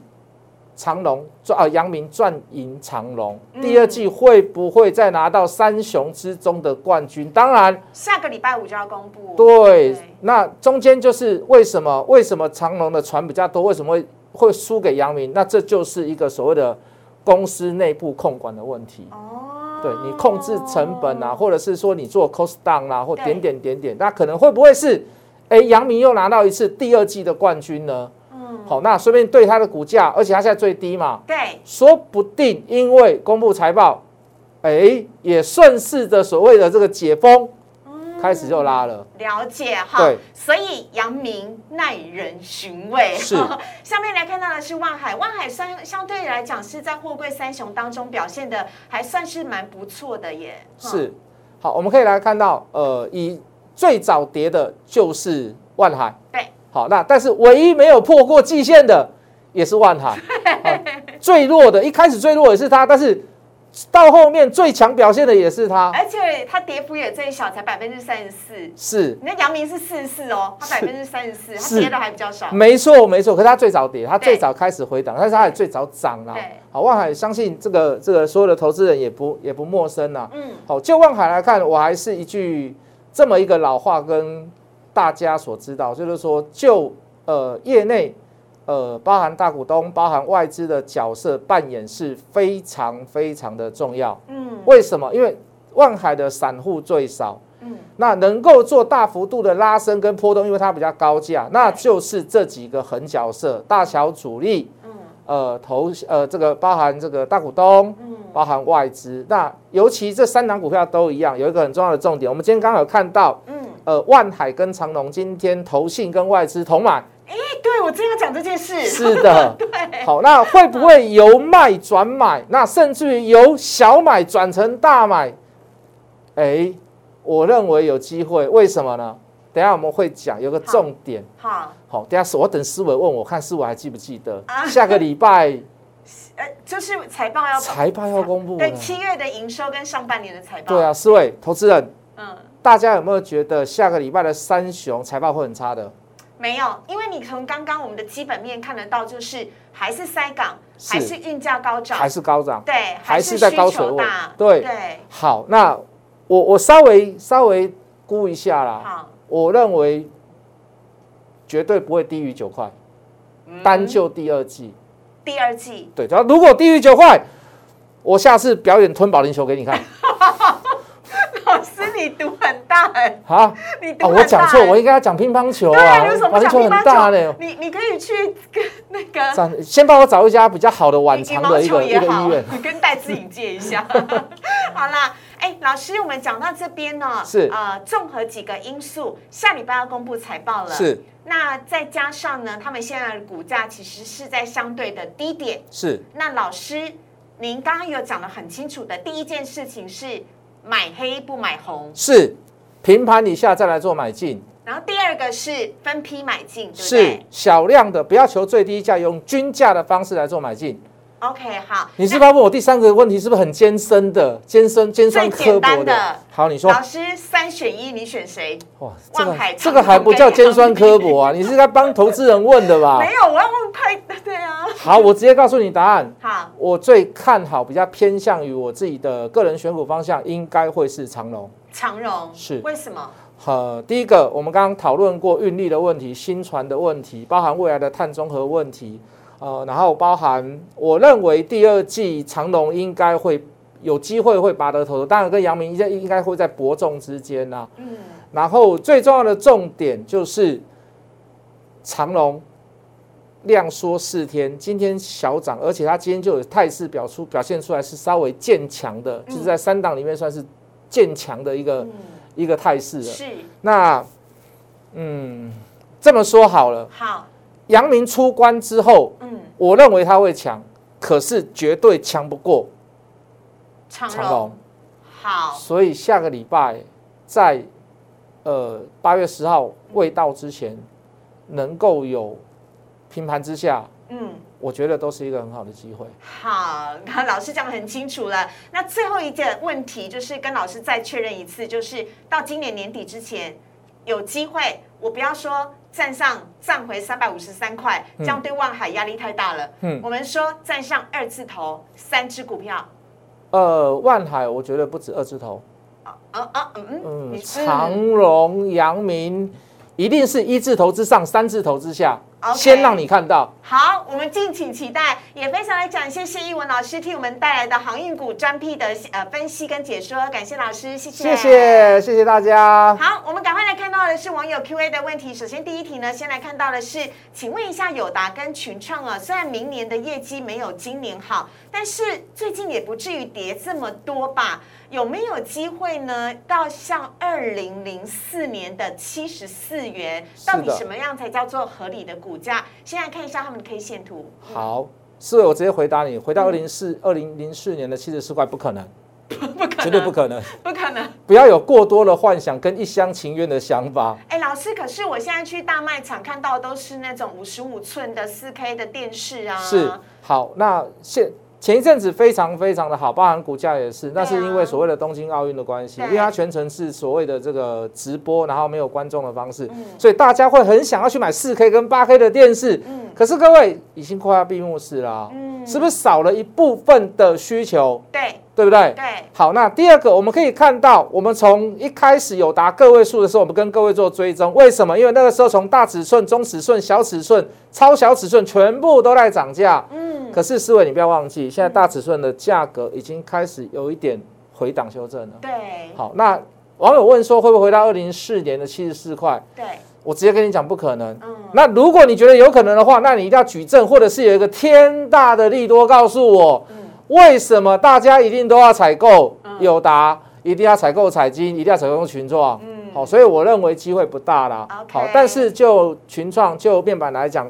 [SPEAKER 2] 长龙赚啊，阳明赚赢长龙；第二季会不会再拿到三雄之中的冠军？当然，
[SPEAKER 1] 下个礼拜五就要公布，
[SPEAKER 2] 对，那中间就是为什么为什么长隆的船比较多，为什么会会输给阳明？那这就是一个所谓的公司内部控管的问题。
[SPEAKER 1] 哦，
[SPEAKER 2] 对你控制成本啊，或者是说你做 cost down 啊，或
[SPEAKER 1] 对
[SPEAKER 2] 点点点点，那可能会不会是，哎，阳明又拿到一次第二季的冠军呢？
[SPEAKER 1] 嗯，
[SPEAKER 2] 好，那顺便对它的股价，而且它现在最低嘛，
[SPEAKER 1] 对，
[SPEAKER 2] 说不定因为公布财报，哎，也顺势的所谓的这个解封，
[SPEAKER 1] 嗯
[SPEAKER 2] 开始就拉了。
[SPEAKER 1] 了解哈
[SPEAKER 2] 对，
[SPEAKER 1] 所以阳明耐人寻味。
[SPEAKER 2] 是
[SPEAKER 1] <laughs> 下面来看到的是万海，万海相相对来讲是在货柜三雄当中表现的还算是蛮不错的耶。哈，
[SPEAKER 2] 是，好，我们可以来看到，呃，以最早跌的就是万海，
[SPEAKER 1] 对，
[SPEAKER 2] 好，那但是唯一没有破过季线的也是万海，好最弱的，一开始最弱也是它，但是到后面最强表现的也是它，
[SPEAKER 1] 而且它跌幅也最小，才百分之三十四。
[SPEAKER 2] 是。
[SPEAKER 1] 那阳明是四十四哦，它百分之三十四，它
[SPEAKER 2] 是嗯
[SPEAKER 1] 跌的还比较少。
[SPEAKER 2] 没错，没错，可是它最早跌，它
[SPEAKER 1] 对
[SPEAKER 2] 最早开始回档，但是它也最早涨啦
[SPEAKER 1] 对。
[SPEAKER 2] 好，万海相信这个这个所有的投资人也不也不陌生啦。
[SPEAKER 1] 嗯，
[SPEAKER 2] 好，就望海来看，我还是一句这么一个老话跟大家所知道，就是说，就呃业内呃包含大股东、包含外资的角色扮演是非常非常的重要。
[SPEAKER 1] 嗯，
[SPEAKER 2] 为什么？因为万海的散户最少，
[SPEAKER 1] 嗯，
[SPEAKER 2] 那能够做大幅度的拉升跟波动，因为它比较高价，那就是这几个狠角色：大小主力，
[SPEAKER 1] 嗯，
[SPEAKER 2] 呃，投呃这个包含这个大股东，
[SPEAKER 1] 嗯，
[SPEAKER 2] 包含外资。那尤其这三档股票都一样，有一个很重要的重点，我们今天刚好有看到，
[SPEAKER 1] 嗯，
[SPEAKER 2] 呃，万海跟长隆今天投信跟外资同买，
[SPEAKER 1] 哎，对我正要讲这件事。
[SPEAKER 2] 是的，好，那会不会由卖转买？那甚至于由小买转成大买？哎，我认为有机会，为什么呢？等一下我们会讲，有个重点。
[SPEAKER 1] 好，
[SPEAKER 2] 好，等一下我等思伟问我看思伟还记不记得
[SPEAKER 1] 啊
[SPEAKER 2] 下个礼拜
[SPEAKER 1] 呃，就是财报要
[SPEAKER 2] 财报要
[SPEAKER 1] <laughs>
[SPEAKER 2] 公布了
[SPEAKER 1] 对，七月的营收跟上半年的财报。
[SPEAKER 2] 对，啊，四位投资人，
[SPEAKER 1] 嗯，
[SPEAKER 2] 大家有没有觉得下个礼拜的三雄财报会很差的？
[SPEAKER 1] 没有，因为你从刚刚我们的基本面看得到，就是还是塞港，
[SPEAKER 2] 是
[SPEAKER 1] 还是运价高涨，
[SPEAKER 2] 还是高涨？
[SPEAKER 1] 对，
[SPEAKER 2] 还
[SPEAKER 1] 是
[SPEAKER 2] 是在高
[SPEAKER 1] 需
[SPEAKER 2] 水
[SPEAKER 1] 求
[SPEAKER 2] 位
[SPEAKER 1] 大，
[SPEAKER 2] 对
[SPEAKER 1] 对，
[SPEAKER 2] 好，那我我稍微稍微估一下啦，
[SPEAKER 1] 好，
[SPEAKER 2] 我认为绝对不会低于九块，
[SPEAKER 1] 嗯
[SPEAKER 2] 单就第二季。
[SPEAKER 1] 第二季 <laughs>
[SPEAKER 2] 对，然后如果低于九块，我下次表演吞保龄球给
[SPEAKER 1] <laughs>
[SPEAKER 2] 你看
[SPEAKER 1] 老师你赌很大哎，
[SPEAKER 2] 啊！
[SPEAKER 1] 你赌
[SPEAKER 2] 啊，
[SPEAKER 1] 很大
[SPEAKER 2] 我讲错，
[SPEAKER 1] 哎
[SPEAKER 2] 我应该要讲乒乓球
[SPEAKER 1] 对啊，
[SPEAKER 2] 啊
[SPEAKER 1] 你为什，么不
[SPEAKER 2] 保龄
[SPEAKER 1] 讲
[SPEAKER 2] 球
[SPEAKER 1] 乒
[SPEAKER 2] 很
[SPEAKER 1] 乓
[SPEAKER 2] 大
[SPEAKER 1] 球？
[SPEAKER 2] 嘞。
[SPEAKER 1] 你你可以去跟那个
[SPEAKER 2] 暂先帮我找一家比较好的晚
[SPEAKER 1] 羽
[SPEAKER 2] 场
[SPEAKER 1] 毛
[SPEAKER 2] 的一
[SPEAKER 1] 球
[SPEAKER 2] 个一
[SPEAKER 1] 也
[SPEAKER 2] 个医
[SPEAKER 1] 好
[SPEAKER 2] 院，，
[SPEAKER 1] 你跟戴志颖借一下。 <laughs> 好啦，哎，老师，我们讲到这边呢，
[SPEAKER 2] 是
[SPEAKER 1] 呃，综合几个因素，下礼拜要公布财报了，。
[SPEAKER 2] 是
[SPEAKER 1] 那再加上呢，他们现在的股价其实是在相对的低点。
[SPEAKER 2] 是
[SPEAKER 1] 那老师，您刚刚有讲的很清楚的，第一件事情是买黑不买红，
[SPEAKER 2] 是，平盘以下再来做买进，
[SPEAKER 1] 然后第二个是分批买进，对不
[SPEAKER 2] 是
[SPEAKER 1] 对
[SPEAKER 2] 小量的，不要求最低价，用均价的方式来做买进。
[SPEAKER 1] ？OK，好，
[SPEAKER 2] 你是不是要问我第三个问题是不是很艰深的、艰深、尖酸
[SPEAKER 1] 最简
[SPEAKER 2] 刻
[SPEAKER 1] 单
[SPEAKER 2] 薄
[SPEAKER 1] 的
[SPEAKER 2] 的？好，你说
[SPEAKER 1] 老师三选一，你选谁？
[SPEAKER 2] 哇，这
[SPEAKER 1] 望
[SPEAKER 2] 个
[SPEAKER 1] 海
[SPEAKER 2] 这个还不叫尖酸刻薄啊，你是在帮投资人问的吧？
[SPEAKER 1] 没有，我要问拍， <laughs> 对啊，
[SPEAKER 2] 好，我直接告诉你答案。
[SPEAKER 1] 好，
[SPEAKER 2] 我最看好、比较偏向于我自己的个人选股方向，应该会是长隆。
[SPEAKER 1] 长荣
[SPEAKER 2] 是
[SPEAKER 1] 为什么？
[SPEAKER 2] 呃，第一个，我们刚刚讨论过运力的问题、新船的问题，包含未来的碳中和问题，呃，然后包含我认为第二季长隆应该会有机会会拔得头筹，当然跟阳明应应该会在伯仲之间啊啦、
[SPEAKER 1] 嗯，
[SPEAKER 2] 然后最重要的重点就是长隆量缩四天，今天小涨，而且它今天就有态势表出表现出来是稍微渐强的，就是在三档里面算是渐强的一个、一个态势了。
[SPEAKER 1] 呃嗯是
[SPEAKER 2] 那嗯，这么说好了，
[SPEAKER 1] 好，
[SPEAKER 2] 阳明出关之后，
[SPEAKER 1] 嗯，
[SPEAKER 2] 我认为它会强，可是绝对强不过
[SPEAKER 1] 长
[SPEAKER 2] 长隆
[SPEAKER 1] 荣。好，
[SPEAKER 2] 所以下个礼拜在呃八月十号未到之前，能够有平盘之下，
[SPEAKER 1] 嗯。
[SPEAKER 2] 我觉得都是一个很好的机会。
[SPEAKER 1] 好， <laughs> 那老师讲的很清楚了。那最后一个问题就是跟老师再确认一次，就是到今年年底之前有机会，我不要说站上站回三百五十三块，这样对望海压力太大了。嗯
[SPEAKER 2] 嗯，
[SPEAKER 1] 我们说站上二字头三只股票，
[SPEAKER 2] 呃，万海我觉得不止二字头，
[SPEAKER 1] 嗯嗯嗯嗯，
[SPEAKER 2] 嗯，
[SPEAKER 1] 你是
[SPEAKER 2] 长荣、阳明一定是一字头之上，三字头之下
[SPEAKER 1] OK，
[SPEAKER 2] 先让你看到。
[SPEAKER 1] 好，我们敬请期待，也非常来感谢谢一文老师替我们带来的航运股专辟的呃分析跟解说，感谢老师，谢
[SPEAKER 2] 谢谢，谢谢大家。
[SPEAKER 1] 好，我们赶快来看到的是网友 Q&A 的问题。首先第一题呢，先来看到的是，请问一下友达跟群创啊，虽然明年的业绩没有今年好，但是最近也不至于跌这么多吧？有没有机会呢？到像二零零四年的七十四元，
[SPEAKER 2] 是的
[SPEAKER 1] 到底什么样才叫做合理的股价？先来看一下他们的 K 线图。
[SPEAKER 2] 好，四位，我直接回答你，回到二零四二零零四年的七十四块，不可能， <laughs> 不可能，绝对不可能。
[SPEAKER 1] 不可能。
[SPEAKER 2] 不要有过多的幻想跟一厢情愿的想法。
[SPEAKER 1] 哎，老师，可是我现在去大卖场看到的都是那种五十五寸的四 K 的电视啊。
[SPEAKER 2] 是好，那现前一阵子非常非常的好，包含股价也是，那是因为所谓的东京奥运的关系，
[SPEAKER 1] 啊对
[SPEAKER 2] 因为它全程是所谓的这个直播，然后没有观众的方式
[SPEAKER 1] 嗯，
[SPEAKER 2] 所以大家会很想要去买四 K 跟八 K 的电视
[SPEAKER 1] 嗯。
[SPEAKER 2] 可是各位已经快要闭幕式啦，
[SPEAKER 1] 嗯
[SPEAKER 2] 是不是少了一部分的需求，
[SPEAKER 1] 对
[SPEAKER 2] 对不对？
[SPEAKER 1] 对。
[SPEAKER 2] 好，那第二个我们可以看到，我们从一开始有达个位数的时候，我们跟各位做追踪，为什么？因为那个时候从大尺寸、中尺寸、小尺寸、超小尺寸全部都在涨价。
[SPEAKER 1] 嗯，
[SPEAKER 2] 可是思维，你不要忘记，现在大尺寸的价格已经开始有一点回档修正了。
[SPEAKER 1] 对
[SPEAKER 2] 好，那网友问说会不会回到二零四年的七十四块？
[SPEAKER 1] 对，
[SPEAKER 2] 我直接跟你讲，不可能。
[SPEAKER 1] 嗯，
[SPEAKER 2] 那如果你觉得有可能的话，那你一定要举证，或者是有一个天大的利多告诉我，
[SPEAKER 1] 嗯
[SPEAKER 2] 为什么大家一定都要采购友达，一定要采购彩金，一定要采购群创？
[SPEAKER 1] 嗯
[SPEAKER 2] 好，所以我认为机会不大啦。
[SPEAKER 1] OK
[SPEAKER 2] 好，但是就群创就面板来讲，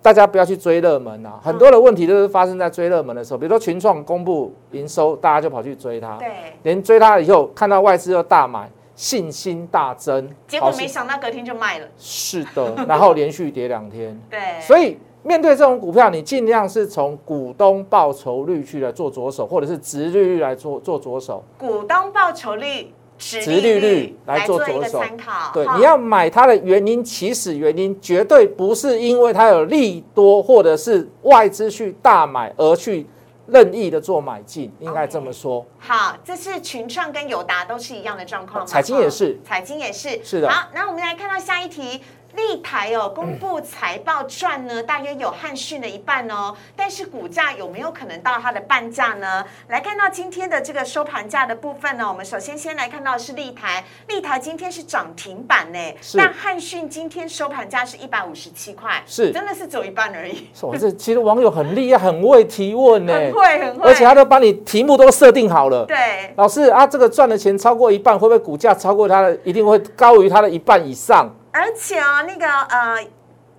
[SPEAKER 2] 大家不要去追热门啊，很多
[SPEAKER 1] 嗯
[SPEAKER 2] 的问题都是发生在追热门的时候，比如说群创公布营收，大家就跑去追它，
[SPEAKER 1] 对，
[SPEAKER 2] 连追它以后看到外资又大买，信心大增，
[SPEAKER 1] 结果
[SPEAKER 2] 好
[SPEAKER 1] 没想到隔天就卖了，
[SPEAKER 2] <laughs> 是的，然后连续跌两天。
[SPEAKER 1] 对，
[SPEAKER 2] 所以面对这种股票，你尽量是从股东报酬率去来做着手，或者是值利率来做做着手。
[SPEAKER 1] 股东报酬率、值
[SPEAKER 2] 殖利率
[SPEAKER 1] 来
[SPEAKER 2] 来做
[SPEAKER 1] 一
[SPEAKER 2] 着
[SPEAKER 1] 个
[SPEAKER 2] 手
[SPEAKER 1] 参考。
[SPEAKER 2] 对
[SPEAKER 1] 哈，
[SPEAKER 2] 你要买它的原因，起始原因绝对不是因为它有利多或者是外资去大买而去任意的做买进，应该这么说。
[SPEAKER 1] 好，这是群创跟友达都是一样的状况吗？
[SPEAKER 2] 彩晶也是
[SPEAKER 1] 哦彩晶也是，
[SPEAKER 2] 是的
[SPEAKER 1] 好，那我们来看到下一题。立台哦，公布财报赚呢，大约有汉讯的一半哦，但是股价有没有可能到它的半价呢？来看到今天的这个收盘价的部分呢，我们首先先来看到是立台，立台今天是涨停板呢，
[SPEAKER 2] 是
[SPEAKER 1] 但汉讯今天收盘价是一百五十七块，
[SPEAKER 2] 是
[SPEAKER 1] 真的是走一半而已，
[SPEAKER 2] 我这其实网友很厉害，很会提问呢、
[SPEAKER 1] 很会很会，
[SPEAKER 2] 而且他都把你题目都设定好了。
[SPEAKER 1] 对，
[SPEAKER 2] 老师啊，这个赚的钱超过一半，会不会股价超过它的，一定会高于它的一半以上？
[SPEAKER 1] 而且哦，那个呃，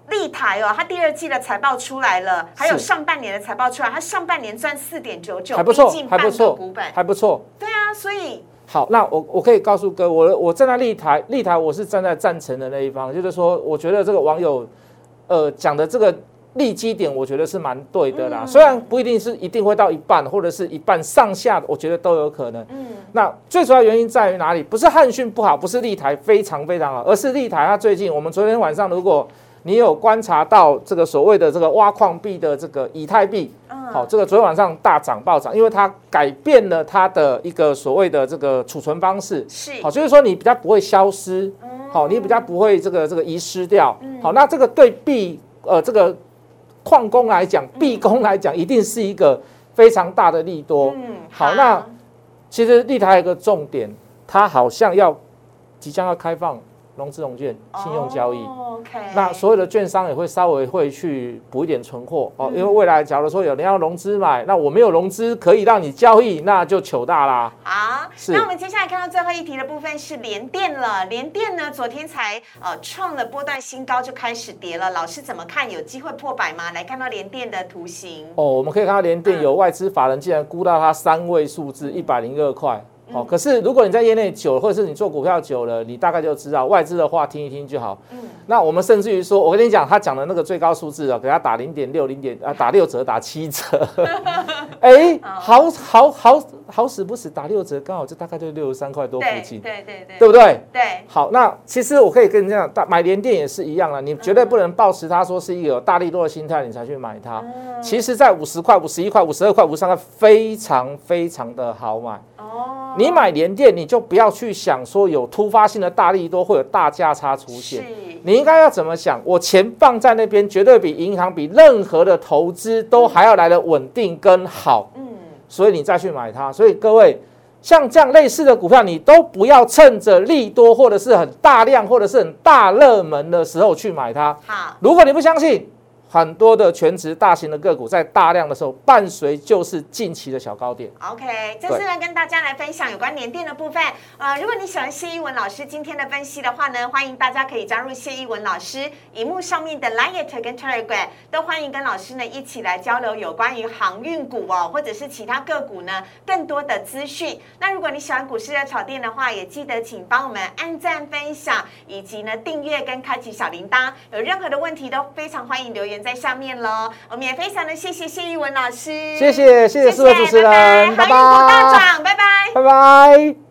[SPEAKER 1] 立台哦，它第二季的财报出来了，还有
[SPEAKER 2] 是
[SPEAKER 1] 上半年的财报出来，它上半年赚四点九九，
[SPEAKER 2] 还不错
[SPEAKER 1] 逼近，
[SPEAKER 2] 还
[SPEAKER 1] 半
[SPEAKER 2] 不
[SPEAKER 1] 个
[SPEAKER 2] 错
[SPEAKER 1] 股本，。
[SPEAKER 2] 还不错。
[SPEAKER 1] 对啊，所以
[SPEAKER 2] 好，那我我可以告诉各位，我我站在立台，立台我是站在赞成的那一方，就是说，我觉得这个网友呃讲的这个利基点，我觉得是蛮对的啦。虽然不一定是一定会到一半，或者是一半上下，我觉得都有可能。
[SPEAKER 1] 嗯，
[SPEAKER 2] 那最主要原因在于哪里？不是汉讯不好，不是立台非常非常好，而是立台它最近，我们昨天晚上如果你有观察到这个所谓的这个挖矿币的这个以太币，
[SPEAKER 1] 嗯，
[SPEAKER 2] 好，这个昨天晚上大涨暴涨，因为它改变了它的一个所谓的这个储存方式，
[SPEAKER 1] 是嗯
[SPEAKER 2] 好，就是说你比较不会消失，好，你比较不会这个这个遗失掉，好，那这个对币呃这个矿工来讲，
[SPEAKER 1] 嗯
[SPEAKER 2] 币工来讲，一定是一个非常大的利多。
[SPEAKER 1] 嗯
[SPEAKER 2] 好，那其实立台还有一个重点，它好像要即将要开放融资融券信用交易。
[SPEAKER 1] 哦，OK，
[SPEAKER 2] 那所有的券商也会稍微会去补一点存货哦，因为未来假如说有人要融资买，那我没有融资可以让你交易，那就糗大啦。
[SPEAKER 1] 好，
[SPEAKER 2] 是
[SPEAKER 1] 那我们接下来看到最后一题的部分是联电了。联电呢，昨天才呃创了波段新高，就开始跌了。老师怎么看？有机会破百吗？来看到联电的图形，
[SPEAKER 2] 哦，我们可以看到联
[SPEAKER 1] 嗯
[SPEAKER 2] 电有外资法人竟然估到它三位数字一百零二块。
[SPEAKER 1] 嗯
[SPEAKER 2] 哦，可是如果你在业内久了，或者是你做股票久了，你大概就知道外资的话听一听就好。
[SPEAKER 1] 嗯，
[SPEAKER 2] 那我们甚至于说，我跟你讲，他讲的那个最高数字啊，给他打零点六、零点啊，打六折、打
[SPEAKER 1] <laughs>
[SPEAKER 2] 七折。哎，好好好好死不死打六折，刚好就大概就六十三块多附
[SPEAKER 1] 对
[SPEAKER 2] 近，
[SPEAKER 1] 对对对
[SPEAKER 2] 对不对？
[SPEAKER 1] 对，
[SPEAKER 2] 好，那其实我可以跟你讲，大买联电也是一样了，你绝对不能抱持它说是一个有大力多的心态，你才去买它。其实，在五十块、五十一块、五十二块、五十三块，非常非常的好买。
[SPEAKER 1] 哦，
[SPEAKER 2] 你买联电，你就不要去想说有突发性的大力多会有大价差出
[SPEAKER 1] 是
[SPEAKER 2] 现。。你应该要怎么想？我钱放在那边，绝对比银行、比任何的投资都还要来的稳定跟好，
[SPEAKER 1] 嗯，
[SPEAKER 2] 所以你再去买它。所以各位，像这样类似的股票，你都不要趁着利多或者是很大量或者是很大热门的时候去买它。
[SPEAKER 1] 好，
[SPEAKER 2] 如果你不相信，很多的全职大型的个股在大量的时候，伴随就是近期的小高点。
[SPEAKER 1] OK，这
[SPEAKER 2] 对
[SPEAKER 1] 次呢跟大家来分享有关联电的部分。呃，如果你喜欢谢一文老师今天的分析的话呢，欢迎大家可以加入谢一文老师荧幕上面的 Liet 跟 Telegram，都欢迎跟老师呢一起来交流有关于航运股哦，或者是其他个股呢更多的资讯。那如果你喜欢股市的炒店的话，也记得请帮我们按赞、分享，以及呢订阅跟开启小铃铛。有任何的问题都非常欢迎留言在下面喽。我们也非常的谢谢谢一文老师，
[SPEAKER 2] 谢谢谢谢四位主持人
[SPEAKER 1] 拜拜，
[SPEAKER 2] 拜拜
[SPEAKER 1] 航运股大涨，拜拜。
[SPEAKER 2] 拜拜。